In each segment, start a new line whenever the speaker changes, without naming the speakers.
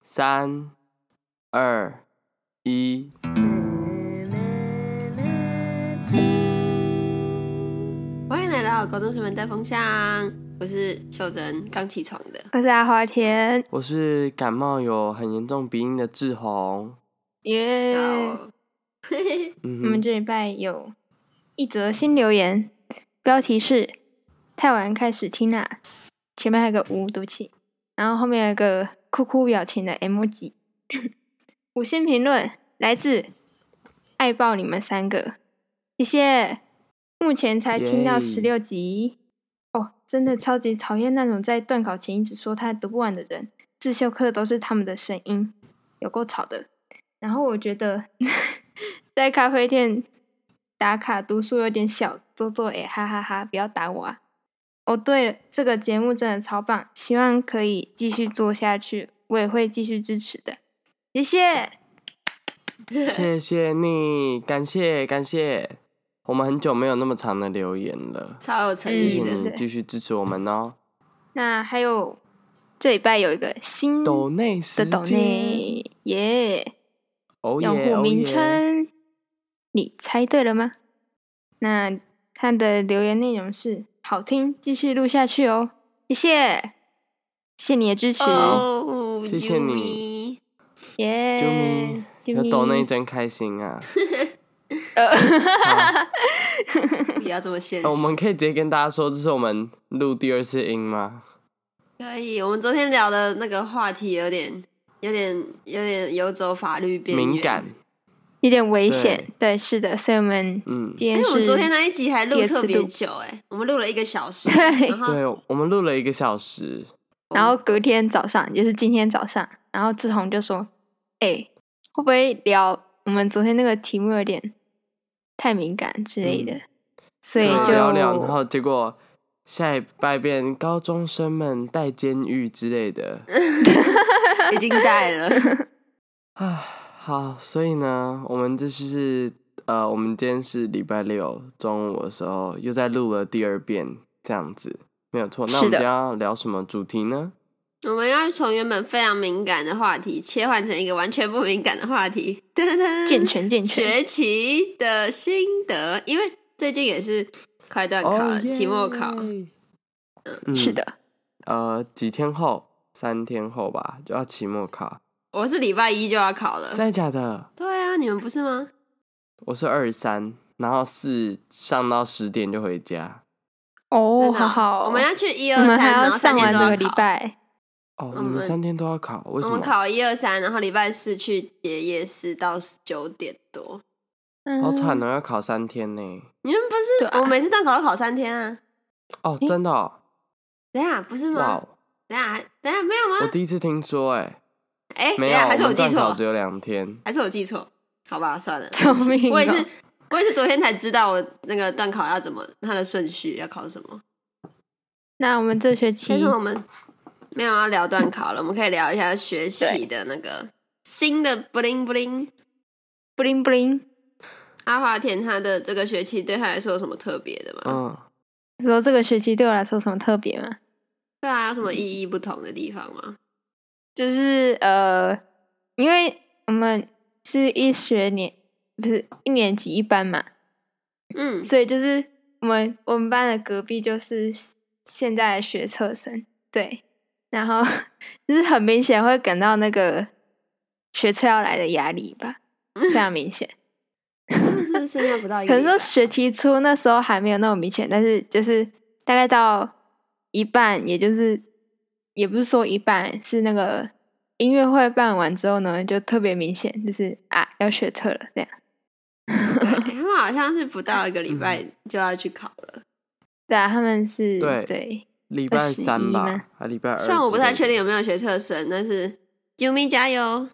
三、二、一。
欢迎来到高中生们带风向，我是秀珍，刚起床的。
我是阿花田，
我是感冒有很严重鼻音的志宏。
耶、
好，
我
嗯
们
哼，
这礼拜有一则新留言，标题是“太晚开始听啊啦”，前面还有个五，对不起，然后后面有一个哭哭表情的 M g 五星评论来自爱爆你们三个，谢谢。目前才听到
耶
十六集，哦，真的超级讨厌那种在断考前一直说他读不完的人，自修课都是他们的声音，有够吵的。然后我觉得 在咖啡店打卡读书有点小做作诶，哈哈哈不要打我啊！哦，对了，这个节目真的超棒，希望可以继续做下去，我也会继续支持的，谢谢。
谢谢你，感谢感谢。我们很久没有那么长的留言了，
超有诚
谢
意
谢
的，
你
对
继续支持我们哦。
那还有这礼拜有一个新
抖
的
内时
抖
间，
内耶
哦耶
用户
哦
名
耶，
称，你猜对了吗？那他的留言内容是好听，继续录下去哦，谢谢，谢谢你的支持，
哦，
谢谢你啾
耶
咪！有抖内真开心 啊！
呃，
，Yumi，不要这么现 实。
呃我们可以直接跟大家说，这是我们录第二次音吗？
可以，我们昨天聊的那个话题有点、有点、有点游走法律边缘。
敏感，，
有点危险，对，是的，所以我们
嗯，
今
因
天
为
是，
哎我们昨天那一集还录
第二次
特别
录
久、哎，我们录了一个小时，
对
然后
对，我们录了一个小时，
然后隔天早上，就是今天早上，然后志宏就说：“哎、会不会聊我们昨天那个题目有点太敏感之类
嗯
的？”所以
对
就
聊聊，然后结果下一拜变高中生们带监狱之类的，
已经带了，
唉，好，所以呢，我们这是呃，我们今天是礼拜六中午的时候又在录了第二遍，这样子没有错。那我
是
们
的
今天要聊什么主题呢？
我们要从原本非常敏感的话题切换成一个完全不敏感的话题，噔噔，
健全健全，
学期的心得，因为最近也是快断考了，
哦耶
期末考，
嗯
是的，
呃，几天后，三天后吧，就要期末考。
我是礼拜一就要考
呃
了。
真的假的？
对啊，你们不是吗？
我是二三，然后四上到十点就回家。
哦，
真的
好
哦
好，
我们要去一
我
二
们
三，
还
然
要
后三
上
天
完
都
这个
要
礼
考。
拜，
哦，
我
你们
们
三天都要考，为什
嗯我
么
们？考一二三，然后礼拜四去爷夜市到九点多。
嗯
好惨哦，要考三天呢。
你们不是？
对啊
我每次断考都考三天啊。
哦，
诶
真的哦，
等一下不是
哇
吗？
哦！
等一下等一下没有
我
吗？
第一次听说，哎，
哎，等
没
一
有，
下还是
我
我
们
记
断考
错嗯
只，有两天。
还是我记错？好吧，算 了。
救命哦
我也是，我也是昨天才知道我那个断考要怎么，它的顺序要考什么。
那我们这学期
但是我们没有要聊断考了，我们可以聊一下学期的那个新的 bling bling。
布灵布灵，
阿华田他的这个学期对他来说有什么特别的吗？
嗯，
说这个学期对我来说有什么特别吗？
对啊，有什么意义不同的地方吗？
就是呃，因为我们是一学年，不是一年级一班嘛，
嗯，
所以就是我们我们班的隔壁就是现在的学测生，对，然后 就是很明显会感到那个学测要来的压力吧，非常明显。
嗯是不是要不到一
可
个
能
礼拜？
说学期初那时候还没有那么明显，但是就是大概到一半，也就是也不是说一半，是那个音乐会办完之后呢，就特别明显，就是啊要学测了这样。
对哎他们好像是不到一个礼拜就要去考了，
对啊，他们是
对礼拜三
21吗
吧，还礼拜二。
虽然我不太确定有。没有学特生，但是救命加油！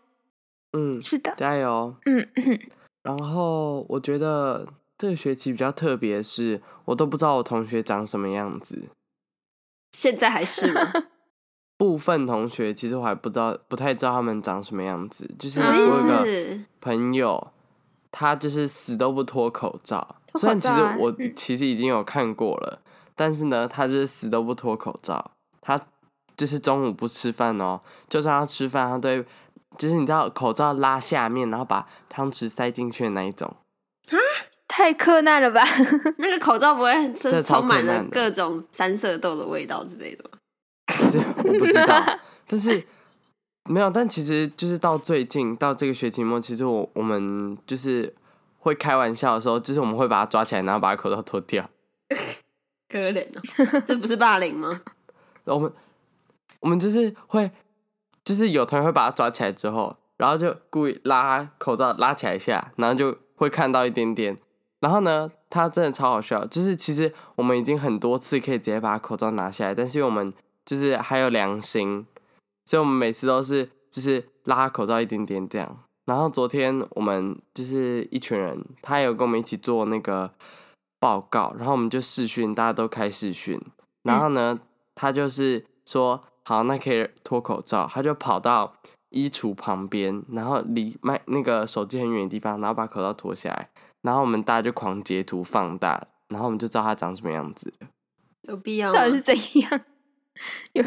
嗯，
是的，
加油。
嗯，
然后我觉得这个学期比较特别，是我都不知道我同学长什么样子。
现在还是吗？
部分同学其实我还不知道，不太知道他们长什么样子。就是
什
我
么
有一
意
个
思？
朋友，他就是死都不脱口罩。
脱口罩啊
虽然其实我
嗯
其实已经有看过了，但是呢，他就是死都不脱口罩。他就是中午不吃饭哦，就算他吃饭，他都会就是你知道口罩拉下面，然后把汤匙塞进去的那一种。
太困难了吧？
那个口罩不会
这
就是
超
充满
困
了
难的
各种三色豆的味道之类的吗？
是我不知道， 但是没有，但其实就是到最近到这个学期末，其实我我们就是会开玩笑的时候，就是我们会把它抓起来，然后把它口罩脱掉。
可怜哦， 这不是霸凌吗？
我们我们就是会，就是有同学会把它抓起来之后，然后就故意拉他口罩拉起来一下，然后就会看到一点点。然后呢，他真的超好笑，就是其实我们已经很多次可以直接把口罩拿下来，但是因为我们就是还有良心，所以我们每次都是就是拉他口罩一点点这样。然后昨天我们就是一群人，他有跟我们一起做那个报告，然后我们就视讯，大家都开视讯。然后呢，他就是说好，那可以脱口罩，他就跑到衣橱旁边，然后离麦那个手机很远的地方，然后把口罩脱下来，然后我们大家就狂截图放大，然后我们就知道他长什么样子。
有必要吗
到？底
嗯
是怎样？ 有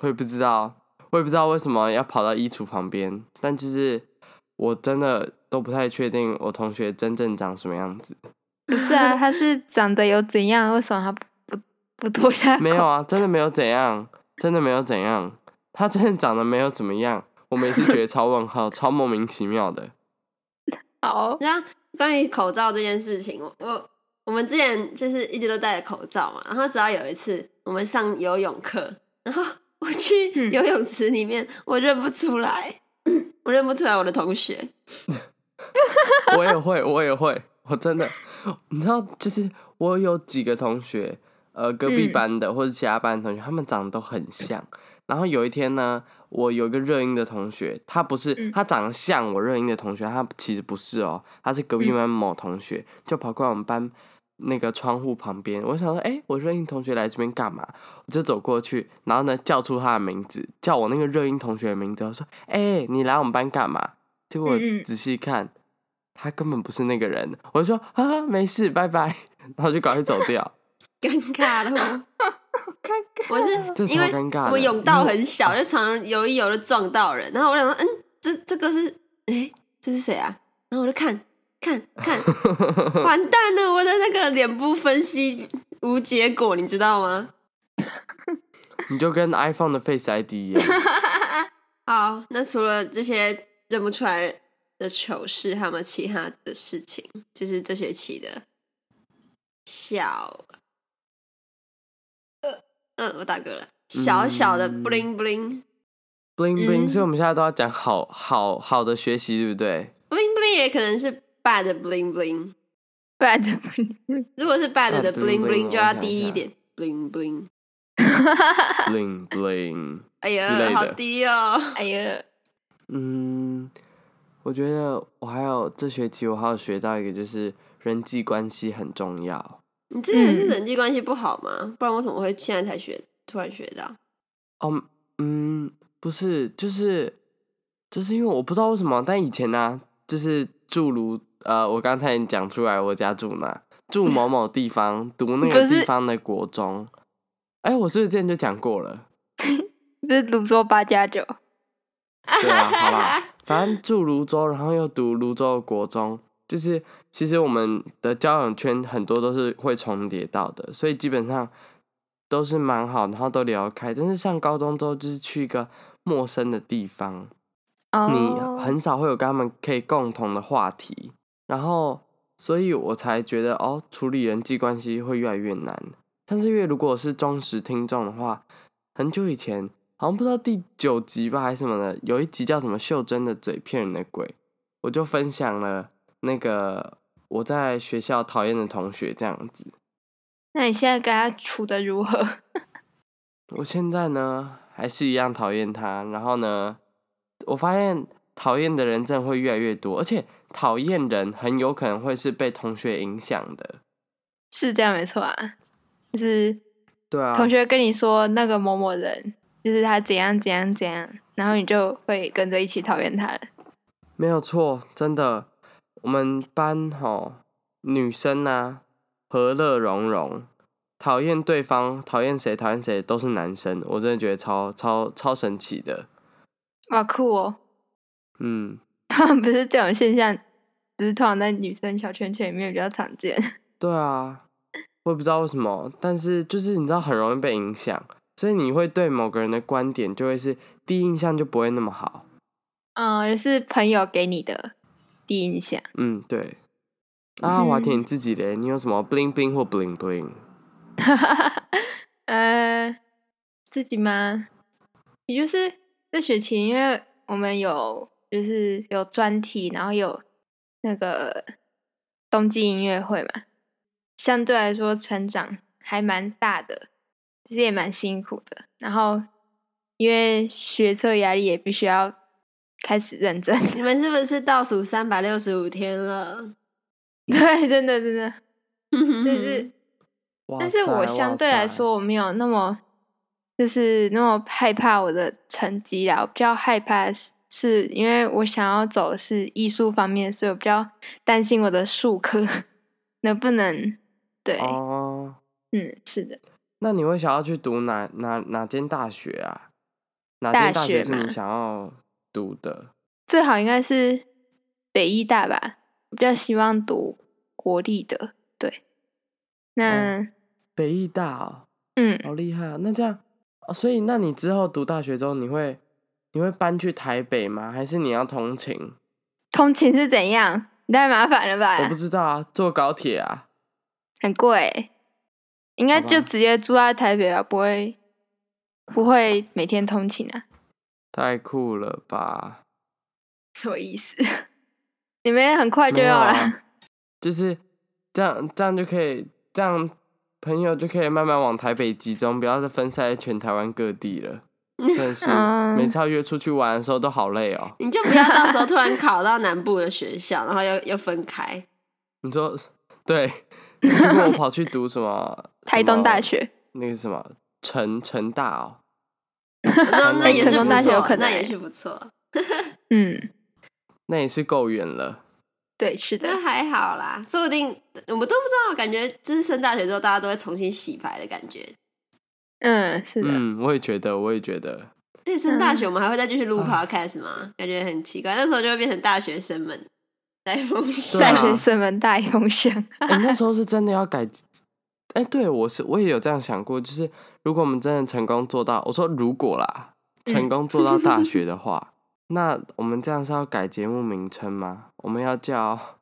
我也不知道，我也不知道为什么要跑到衣橱旁边，但就是我真的都不太确定我同学真正长什么样子。
不是啊？他是长得有怎样？为什么他不不不脱下？
没有，啊，真的没有怎样，真的没有怎样，他真的长得没有怎么样，我每次觉得超问号，超莫名其妙的。
好，
然后关于口罩这件事情，我我我们之前就是一直都戴着口罩嘛，然后直到有一次我们上游泳课，然后我去
嗯
游泳池里面，我认不出来， 我认不出来我的同学，
我也会，我也会，我真的，你知道，就是我有几个同学，呃，隔壁
嗯
班的、或者其他班的同学，他们长得都很像。然后有一天呢，我有一个热音的同学，他不是
嗯
他长得像我热音的同学，他其实不是哦，他是隔壁
嗯
班某同学，就跑过来我们班那个窗户旁边。我想说，哎、我热音同学来这边干嘛？我就走过去，然后呢叫出他的名字，叫我那个热音同学的名字，我说，哎、你来我们班干嘛？结果我
嗯嗯
仔细看，他根本不是那个人。我就说啊，没事，拜拜，然后就赶快走掉，
尴尬了吗？
看看
我是
这
因
超
为
尴尬的。嗯
我泳道
因为
很小，就常常游一游就撞到人，然后我想说，嗯，这这个是，哎、这是谁啊？然后我就看看 看，完蛋了，我的那个脸部分析无结果，你知道吗？
你就跟 iPhone 的 Face ID 一样，
好，那除了这些认不出来的糗事，还有没有其他的事情？就是这学期的小，呃呃，我打嗝了，小小的
嗯
bling bling。
bling bling，、
嗯
所以我们现在都要讲好好好的学习，对不 对？
bling bling 也可能是 bad bling bling，
bad bling
如果是 bad 的
Bad 啊 bling
bling
bling，
bling 就要
我想一
低
下
一点，bling bling。
bling bling，
哎
之类
呀，
的
好低哦！
哎呀，
嗯，我觉得我还有这学期我还有学到一个，就是人际关系很重要
你这个人是
嗯
人际关系不好吗？不然为什么会现在才学，突然学到？
哦。嗯，不是，就是就是因为我不知道为什么，但以前呢、就是诸如呃，我刚才已经讲出来我家住哪，住某某地方，读那个
不是
地方的国中。哎、我是不是之前就讲过了？
不是泸州八加九，
对啊，好啦，反正住泸州，然后又读泸州的国中，就是其实我们的交友圈很多都是会重叠到的，所以基本上都是蛮好，然后都聊得开。但是上高中之后，就是去一个陌生的地方，你
哦，
很少会有跟他们可以共同的话题，然后所以我才觉得哦，处理人际关系会越来越难。但是因为如果是忠实听众的话，很久以前好像不知道第九集吧还是什么的，有一集叫什么“袖珍的嘴骗人的鬼”，我就分享了那个我在学校讨厌的同学这样子。
那你现在跟他处的如何？
我现在呢，还是一样讨厌他。然后呢，我发现讨厌的人真的会越来越多，而且讨厌人很有可能会是被同学影响的。
是这样没错啊，就是
对啊，
同学跟你说那个某某人，就是他怎样怎样怎样，然后你就会跟着一起讨厌他了。
没有错，真的。我们班吼女生啊，和乐融融，讨厌对方，讨厌谁，讨厌谁都是男生，我真的觉得超超超神奇的。
哇酷哦！
嗯，
他们不是这种现象，不是通常在女生小圈圈里面比较常见。
对啊，我也不知道为什么，但是就是你知道很容易被影响，所以你会对某个人的观点就会是第一印象就不会那么好。
嗯，就是朋友给你的第一印象。
嗯，对。啊，我还
嗯
挺你自己的，你有什么 bling bling 或 bling bling？
呃，自己吗？也就是这学期，因为我们有就是有专题，然后有那个冬季音乐会嘛，相对来说成长还蛮大的，其实也蛮辛苦的。然后因为学测压力也必须要开始认真，
你们是不是倒数三百六十五天了？
对，真的真的，就。
就是
哇
但是我
塞
相对来，
哇
说，我没有那么就是那么害怕我的成绩啦。我比较害怕的是是因为我想要走的是艺术方面，所以我比较担心我的术科 能不能对，
塞哦，
嗯，是的，
那你会想要去读哪哪哪间大学啊？哪间
大
大学
学
是你
嘛
想要读的？
最好应该是北医大吧，我比较希望读国立的，对，
哦
那、
北艺大哦，
嗯，
好厉害啊！那这样，哦、所以那你之后读大学之后，你会你会搬去台北吗？还是你要通勤？
通勤是怎样？你太麻烦了吧？
我不知道啊，坐高铁啊。
很贵欸，应该
好吧
就直接住在台北吧，不会不会每天通勤啊？
太酷了吧！
什么意思？ 你们也很快就
没有
要了
啊，就是这样，这样就可以，这样朋友就可以慢慢往台北集中，不要再分散在全台湾各地 了。真的是，
嗯
每次要约出去玩的时候都好累哦。
你就不要到时候突然考到南部的学校，然后又又分开。
你说对，结果我跑去读什么
台东大，
什
学
么那个什么成成大哦，
那那
哎
也
成
是
功
不
大学有
错，
可能
那
欸
也是不错，
嗯，
那也是够远了。
对，是的
那，还好啦，说不定我们都不知道，感觉就是升大学之后，大家都会重新洗牌的感觉。
嗯，是的，
嗯，我也觉得，我也觉得，
而且升大学，
嗯
我们还会再继续录
啊
podcast 吗？感觉很奇怪，那时候就会变成大学 生们在风
对啊
扇。
大学生们大风向，
哎、那时候是真的要改。哎、对我是我也有这样想过，就是如果我们真的成功做到，我说如果啦，
嗯
成功做到大学的话，那我们这样是要改节目名称吗？我们要叫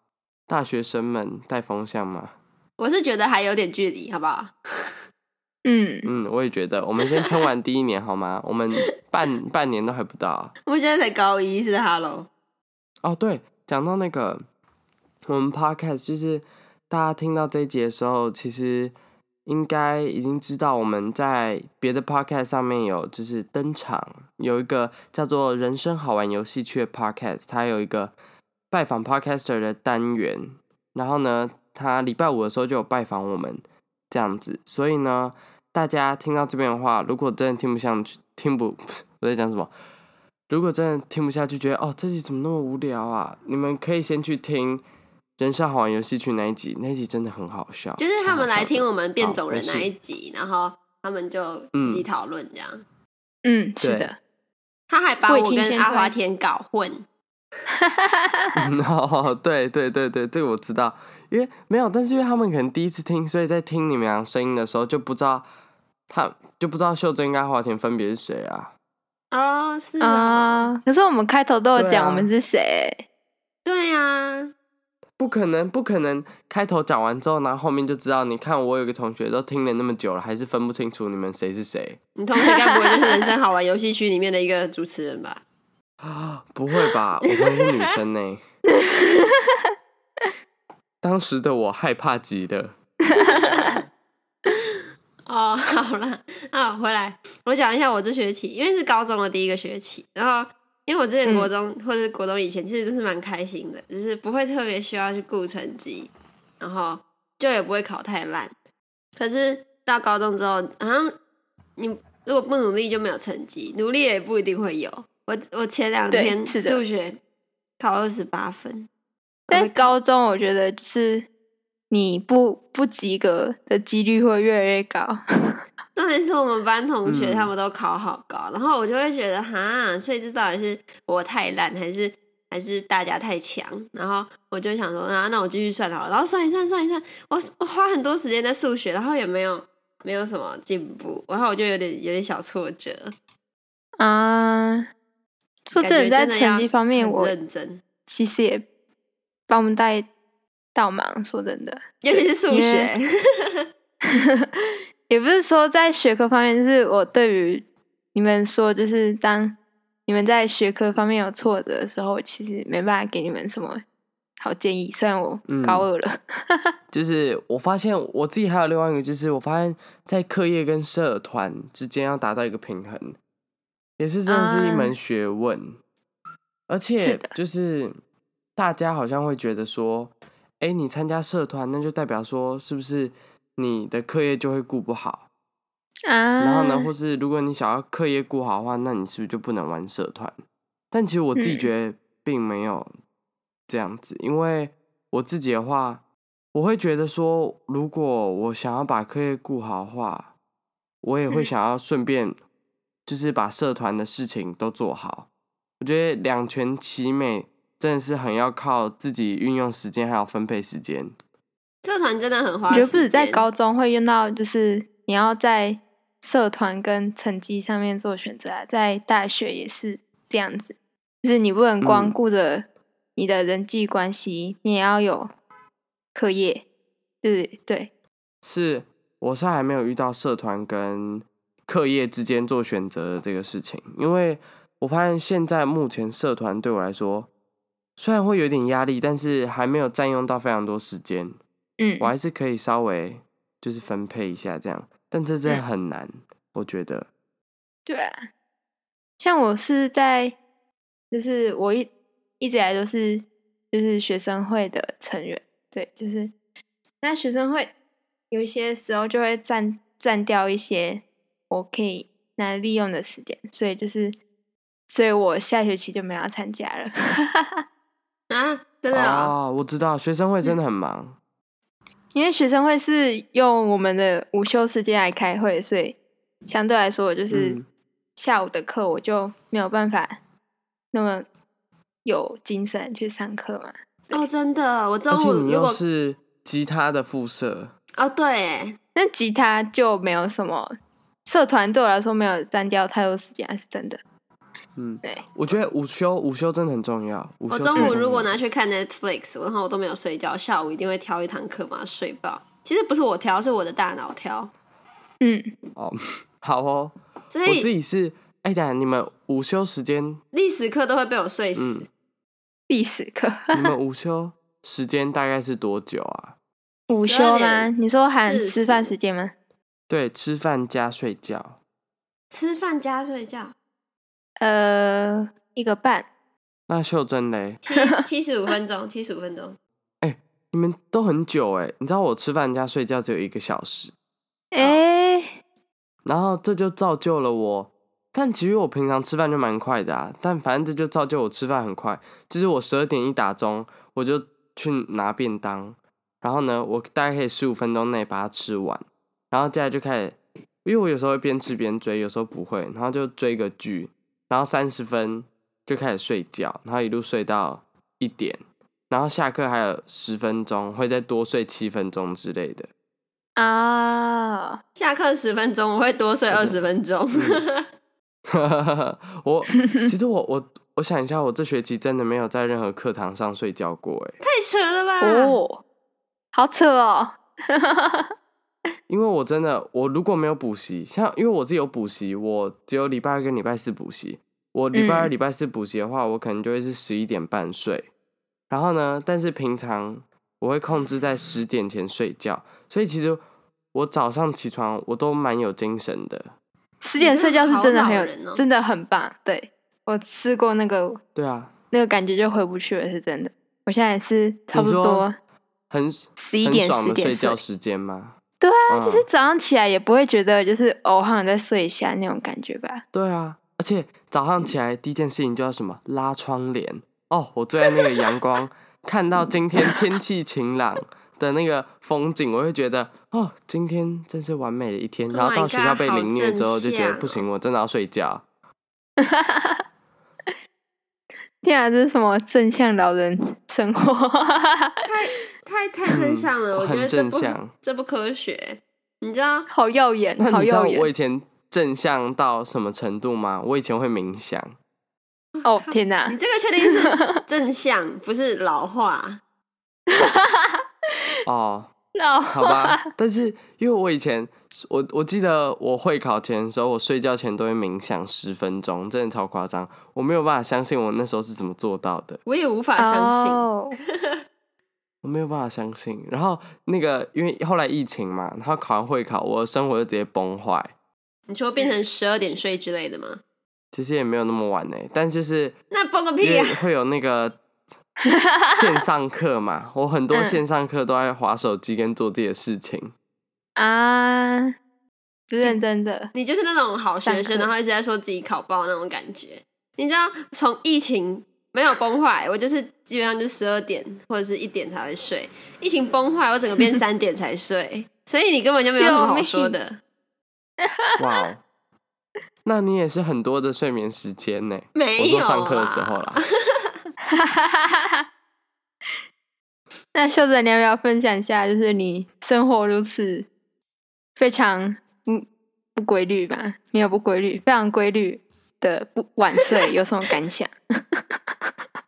大学生们带风向吗？
我是觉得还有点距离，好不好？
嗯，
嗯，我也觉得，我们先撑完第一年好吗？我们半半年都还不到。
我现在才高一，是 Hello，
哦，对，讲到那个我们 podcast，就是大家听到这一集的时候，其实应该已经知道我们在别的 podcast 上面有就是登场，有一个叫做“人生好玩游戏区”的 podcast，它有一个拜访 podcaster 的单元，然后呢，他礼拜五的时候就有拜访我们这样子，所以呢，大家听到这边的话，如果真的听不下去，听不我在讲什么？如果真的听不下去，觉得哦这集怎么那么无聊啊，你们可以先去听《人生好玩游戏区》那一集，那一集真的很好笑，
就是他们来听我们变种人
好
那
没事
一集，然后他们就自己讨论这样。
嗯，是
对
的，
他还把
未
我
听
跟
先
阿华
推
田搞混，
哦，对对对对，这个我知道，因为没有，但是因为他们可能第一次听，所以在听你们俩声音的时候就不知道他就不知道秀珍跟阿华田分别是谁啊。
哦，是啊，
啊，可是我们开头都有
对
讲
啊
我们是谁欸，
对啊，
不可能，不可能！开头讲完之后，然后后面就知道。你看，我有个同学都听了那么久了，还是分不清楚你们谁是谁
你同学该不会就是人生好玩游戏区里面的一个主持人吧？
啊？不会吧？我同学是女生呢、 当时的我害怕极了。
哦，好了，啊，回来，我讲一下我这学期，因为是高中的第一个学期，然后因为我之前
嗯
国中、或者国中以前其实都是蛮开心的，只是不会特别需要去顾成绩，然后就也不会考太烂。可是到高中之后，好像你如果不努力就没有成绩，努力也不一定会有。我我前两
对
天
是的
数学考二十八分，
在欸高中我觉得就是你不不及格的几率会越来越高。
重点是我们班同学
嗯
他们都考好高，然后我就会觉得哈，所以这到底是我太烂，还是还是大家太强？然后我就想说，啊那那我继续算好了，然后算一算，算一算，我我花很多时间在数学，然后也没有没有什么进步，然后我就有点有点小挫折。
啊，说
感
真的，
觉
在
真的
成绩
要
方面，
很
我
认真，
其实也把我们带到忙。说真的，
尤其是数
因为
学，
也不是说在学科方面，就是我对于你们说，就是当你们在学科方面有挫折的时候，我其实没办法给你们什么好建议。虽然我
嗯
高二了，
就是我发现我自己还有另外一个，就是我发现在课业跟社团之间要达到一个平衡，也是真的是一
啊
门学问。而且
是的
就是大家好像会觉得说，哎、你参加社团，那就代表说是不是你的课业就会顾不好？
啊，
然后呢，或是如果你想要课业顾好的话，那你是不是就不能玩社团？但其实我自己
嗯
觉得并没有这样子，因为我自己的话，我会觉得说，如果我想要把课业顾好的话，我也会
嗯
想要顺便就是把社团的事情都做好。我觉得两全其美真的是很要靠自己运用时间还有分配时间。
社团真的很花
我
时
觉
间。
得不止在高中会用到，就是你要在社团跟成绩上面做选择啊，在大学也是这样子，就是你不能光
嗯
顾着你的人际关系，你也要有课业，对对，
是我是还没有遇到社团跟课业之间做选择的这个事情，因为我发现现在目前社团对我来说，虽然会有点压力，但是还没有占用到非常多时间，
嗯
我还是可以稍微就是分配一下这样，但这真的
嗯
很难，我觉得，
对啊，像我是在，就是我一一直以来都是就是学生会的成员，对，就是那学生会有一些时候就会占占掉一些我可以拿来利用的时间，所以就是，所以我下学期就没有要参加了。
啊，真的啊、
哦，我知道学生会真的很忙，
因为学生会是用我们的午休时间来开会，所以相对来说，我就是
嗯
下午的课我就没有办法那么有精神去上课嘛。
哦，真的，我中
而且
午
你
如
又
果
是吉他的副社，
哦，对，
那吉他就没有什么社团对我来说没有占掉太多时间，是真的。
嗯
对，
我觉得午休午休真的很重要，午
我
休
哦中
超
午
重
如果
要
拿去看 Netflix，然后我都没有睡觉，下午一定会挑一堂课嘛睡爆。其实不是我挑，是我的大脑挑，
嗯，
好哦。
所
我自
以
己是，哎、等一下你们午休时间，
历史课都会被我睡死。
嗯
必死课
你们午休时间大概是多久啊？
午休吗？
点
你说含
四十
吃饭时间吗？
对，吃饭加睡觉，
吃饭加睡觉，
呃，一个半。
那秀珍嘞，
七七十五分钟，七十五分钟，
你们都很久哎、你知道我吃饭加睡觉只有一个小时，
哎、
然后这就造就了我。但其实我平常吃饭就蛮快的啊，但反正这就造就我吃饭很快，就是我十二点一打钟，我就去拿便当，然后呢，我大概可以十五分钟内把它吃完，然后接下来就开始，因为我有时候会边吃边追，有时候不会，然后就追个剧，然后三十分就开始睡觉，然后一路睡到一点，然后下课还有十分钟，会再多睡七分钟之类的。
啊，
下课十分钟，我会多睡二十分钟。
嗯 我其实我我我想一下，我这学期真的没有在任何课堂上睡觉过哎，
太扯了吧！
哦，好扯哦。
因为我真的我如果没有补习，像因为我自己有补习，我只有礼拜二跟礼拜四补习。我礼拜二、
嗯
礼拜四补习的话，我可能就会是十一点半睡。然后呢，但是平常我会控制在十点前睡觉，所以其实我早上起床我都蛮有精神的。
十点睡觉是真的很有，
你真的好老人哦
真的很棒。对我吃过那个
对啊，
那个感觉就回不去了，是真的。我现在是差不
你说
多
很
十一
很
点
爽
十
的
点
睡
睡
觉，时间吗？
对啊，
嗯
就是早上起来也不会觉得就是哦，好想再睡一下那种感觉吧。
对啊，而且早上起来第一件事情就要什么拉窗帘哦，我最爱那个阳光，看到今天天气晴朗，的那个风景，我会觉得哦，今天真是完美的一天。
Oh
然后到
my
学校
God，
被
好
凌虐之后，就
正
觉得
向
不行，我真的要睡觉。
天啊，这是什么正向老人生活？
太太正向
嗯
了，我觉得
很
这
正
不
向
这不科学。你知道，
好耀眼，
那
好
你知道
耀
我
眼
以！前正向到什么程度吗？我以前会冥想，
哦，天 哪
你！这个确定是 正向，不是老化。
哦，
老
好吧。但是因为我以前，我我记得我会考前的时候，我睡觉前都会冥想十分钟，真的超夸张，我没有办法相信我那时候是怎么做到的。
我也无法相信。
哦
我没有办法相信。然后那个，因为后来疫情嘛，然后考完会考，我的生活就直接崩坏。
你说变成十二点睡之类的吗？
其实也没有那么晚呢，欸但就是
那崩个
因
屁
为
啊！
会有那个线上课嘛，我很多
嗯
线上课都在划手机跟做自己的事情。
啊，不认真的，
你就是那种好学
上
生，
课
然后一直在说自己考爆那种感觉。你知道，从疫情没有崩坏，我就是基本上就十二点或者是一点才会睡。疫情崩坏，我整个变三点才睡， 所以你根本就没有什么好说的。
哇哦，那你也是很多的睡眠时间呢？我
没有
说
啦
上课的时候 啦，
那秀珍，你要不要分享一下，就是你生活如此非常不不规律吧？没有不规律，非常规律的不晚睡有什么感 想？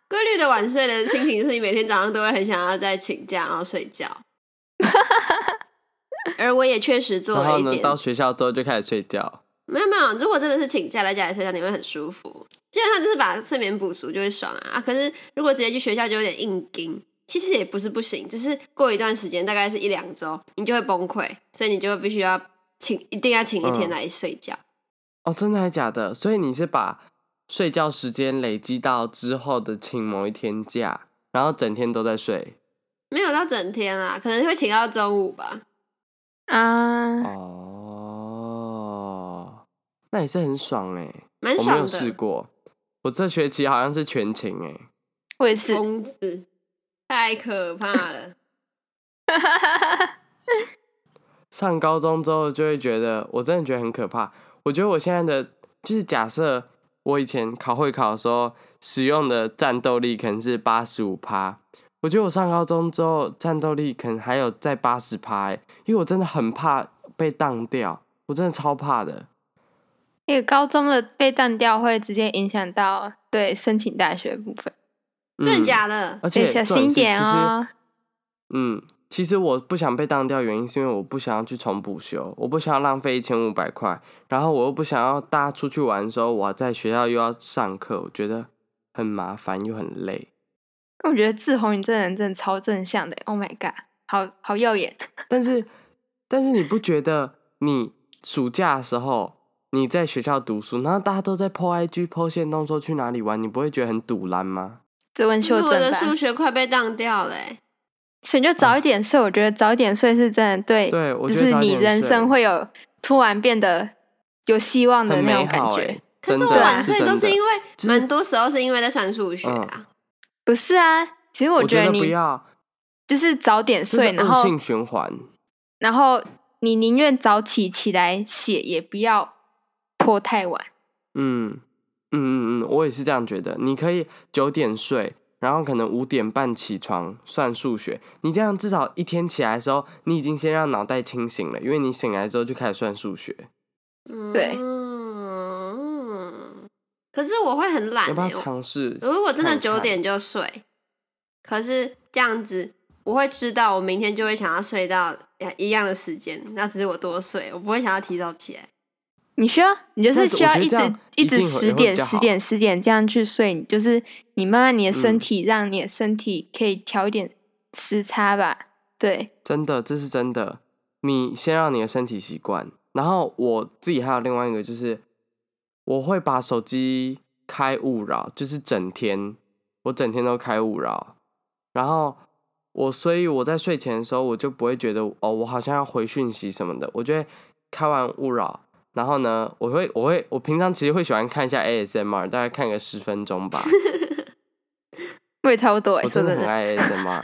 规律的晚睡的心情就是你每天早上都会很想要再请假，然后睡觉。而我也确实做
然
了
后
一
呢，
点，
到学校之后就开始睡觉。
没有没有，如果真的是请假在家里睡觉，你会很舒服。基本上就是把睡眠补足就会爽啊。啊可是如果直接去学校就有点硬盯，其实也不是不行，只是过一段时间，大概是一两周，你就会崩溃，所以你就会必须要请，一定要请一天
嗯
来睡觉。
哦，真的还假的？所以你是把睡觉时间累积到之后的请某一天假，然后整天都在睡。
没有到整天啦，可能会请到中午吧。嗯
啊，
哦，那也是很爽哎、
蛮
我没
爽
有试
的，
过，我这学期好像是全勤哎、
我也是，
哦
疯子，太可怕了。
上高中之后就会觉得，我真的觉得很可怕。我觉得我现在的就是假设我以前考会考的时候使用的战斗力可能是八十五趴，我觉得我上高中之后战斗力可能还有在八十趴哎，因为我真的很怕被当掉，我真的超怕的。
那个高中的被淡掉会直接影响到对申请大学的部分，
真
嗯
的假的？
而
所以
且
哎小
重
心
是
一点
其实
哦。
嗯，其实我不想被当掉，原因是因为我不想要去重补修，我不想要浪费一千五百块，然后我又不想要大家出去玩的时候，我在学校又要上课，我觉得很麻烦又很累。
我觉得志宏你这人真的超正向的，Oh my god，好好耀眼。
但是，但是你不觉得你暑假的时候你在学校读书，然后大家都在 PO IG、PO 线动说去哪里玩，你不会觉得很堵拦吗？
只问
可是
秀
我
珍
的
吧，
数学快被当掉了、欸，
所以就早一点睡。我觉得早一点睡是真的对，
啊对，我
就
觉得
是
早
你
点
人
睡
生会有突然变得有希望的
很
那
美
种感
好、
觉。
欸。
可
真
是
的
我晚
是
睡都
真
是
的
因为
就是
蛮多时候是因为在算数学
嗯
啊。
不是啊，其实我
我
觉得
不
你
要，
就是早点
这是
睡，然
恶
后
性循环。
然后你宁愿早起起来写，也不要拖太晚。
嗯嗯嗯嗯，我也是这样觉得。你可以九点睡，然后可能五点半起床算数学。你这样至少一天起来的时候，你已经先让脑袋清醒了，因为你醒来之后就开始算数学。
对
嗯，可是我会很懒、
要不要
欸。我
尝试？
如果真的
看
九
看
点就睡，可是这样子，我会知道我明天就会想要睡到呃一样的时间，那只是我多睡，我不会想要提早起来。
你需要，你就
那
是
这
需
我
要
觉得
一
这
直
样一
直
定会
十
会比
点
较
十点十点这样去睡，你就是你慢慢你的身
嗯
体、让你的身体可以调一点时差吧。对，
真的，这是真的。你先让你的身体习惯，然后我自己还有另外一个就是，我会把手机开勿扰，就是整天我整天都开勿扰，然后我所以我在睡前的时候，我就不会觉得哦，我好像要回讯息什么的，我就会开完勿扰，然后呢，我会我会我平常其实会喜欢看一下 ASMR，大概看个十分钟吧，
我也差不多、欸。
我
说
真的
真
很
的，
爱 ASMR，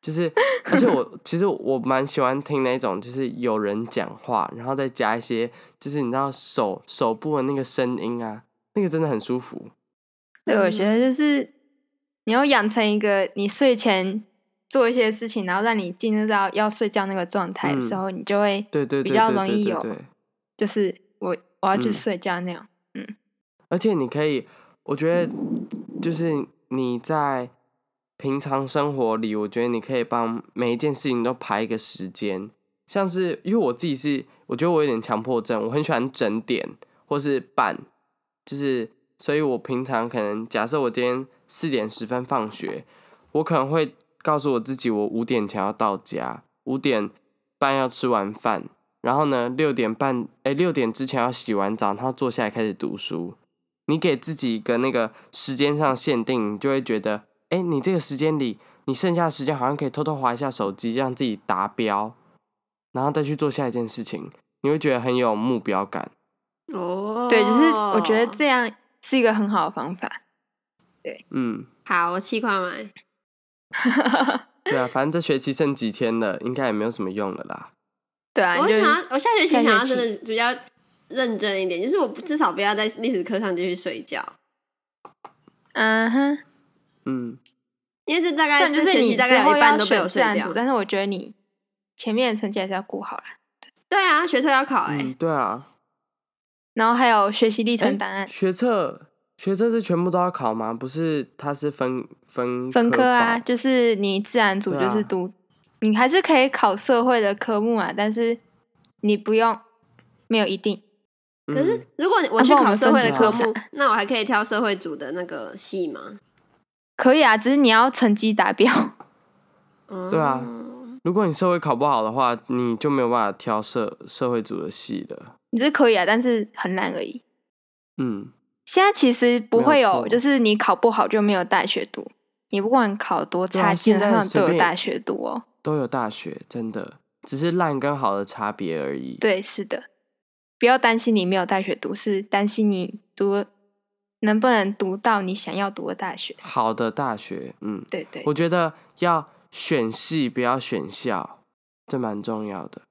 就是，而且我其实我蛮喜欢听那种，就是有人讲话，然后再加一些，就是你知道手手部的那个声音啊，那个真的很舒服。
对，我
嗯
觉得就是你要养成一个你睡前做一些事情，然后让你进入到要睡觉那个状态的时
嗯
候，你就会
对对
比
对
较
对
容
对
易
对
有
对
就是我我要去
嗯
睡觉那样。
而且你可以，我觉得就是你在平常生活里，我觉得你可以帮每一件事情都排一个时间，像是因为我自己是，我觉得我有点强迫症，我很喜欢整点或是半，就是所以我平常可能假设我今天四点十分放学，我可能会告诉我自己，我五点前要到家，五点半要吃完饭。然后呢，六点半，哎，六点之前要洗完澡，然后坐下来开始读书。你给自己一个那个时间上限定，你就会觉得，哎，你这个时间里，你剩下的时间好像可以偷偷划一下手机，让自己达标，然后再去做下一件事情，你会觉得很有目标感。
哦，
对，就是我觉得这样是一个很好的方法。
嗯，
好，我气快买。
对啊，反正这学期剩几天了，应该也没有什么用了啦。
对啊，
我
你就
想要，我下学期
下
想
学
要
期
真的比较认真一点，就是我不至少不要在历史课上继续睡觉，
嗯哼，
嗯，
因为这大
虽
概
然就
这
是
学期
你
大
之
概有
后
一半
要
都被
选
我
自
睡
然
掉
组，。但是我觉得你前面的成绩还是要顾好了。
对啊，学测要考哎、
欸
嗯对啊，
然后还有学习历
哎
程档案、
学测学测是全部都要考吗？不是，它是分分
分科啊，
吧
就是你自然组
对
就是
啊
读，你还是可以考社会的科目啊，但是你不用，没有一定。
可
嗯
是如果你我
啊
去
不然我
考
们
社会的
分组
科
考
目，那我还可以挑社会组的那个系吗？
可以啊，只是你要成绩达标。
哦
对啊如果你社会考不好的话，你就没有办法挑社社会组的戏了。
你是可以啊，但是很难而已。
嗯，
现在其实不会
没有
有，
错
就是你考不好就没有大学读，你不管考多
对啊
差劲，
现在
好像
随
都有
便
大学读哦。
都有大学，真的只是烂跟好的差别而已。，
对，是的，不要担心你没有大学读，是担心你读能不能读到你想要读的大学。
好的大学，嗯，
对对，
我觉得要选系，不要选校，这蛮重要的。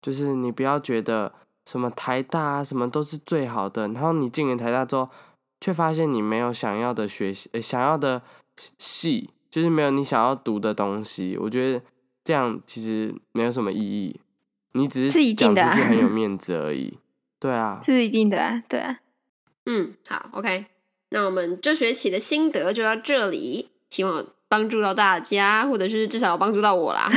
就是你不要觉得什么台大啊，什么都是最好的，然后你进了台大之后，却发现你没有想要的学习、呃想要的系，就是没有你想要读的东西。我觉得这样其实没有什么意义，你只
是一
讲
定
出
的啊
去 很有面子而已。对啊，
这是一定的啊，对啊。
嗯，好，OK，那我们这学期的心得就到这里，希望帮助到大家，或者是至少有帮助 到我啦。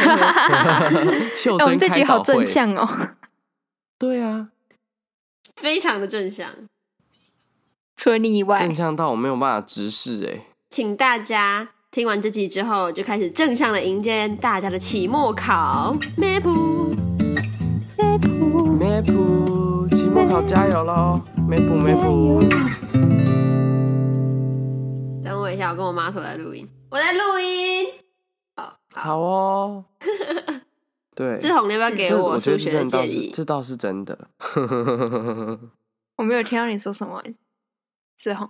秀
哎、我
珍
们这
开
集
导
好
会
正，向哦，
对啊，
非常的正向，
除了你以外
正，向到我没有办法直视哎、
请大家听完这集之后，就开始正向的迎接大家的期末考。Map，
梅普，期末考加油喽！梅普梅普，
等我一下，我跟我妈说我在录音，我在录音。
好哦。 对，
志宏，你要不要给
这
我
我觉
数
得
学
这
的
真的倒
建
是
议？
这倒是真的。
我没有听到你说什么、欸，志宏，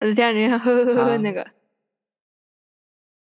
我只听到你呵呵呵呵
啊
那个，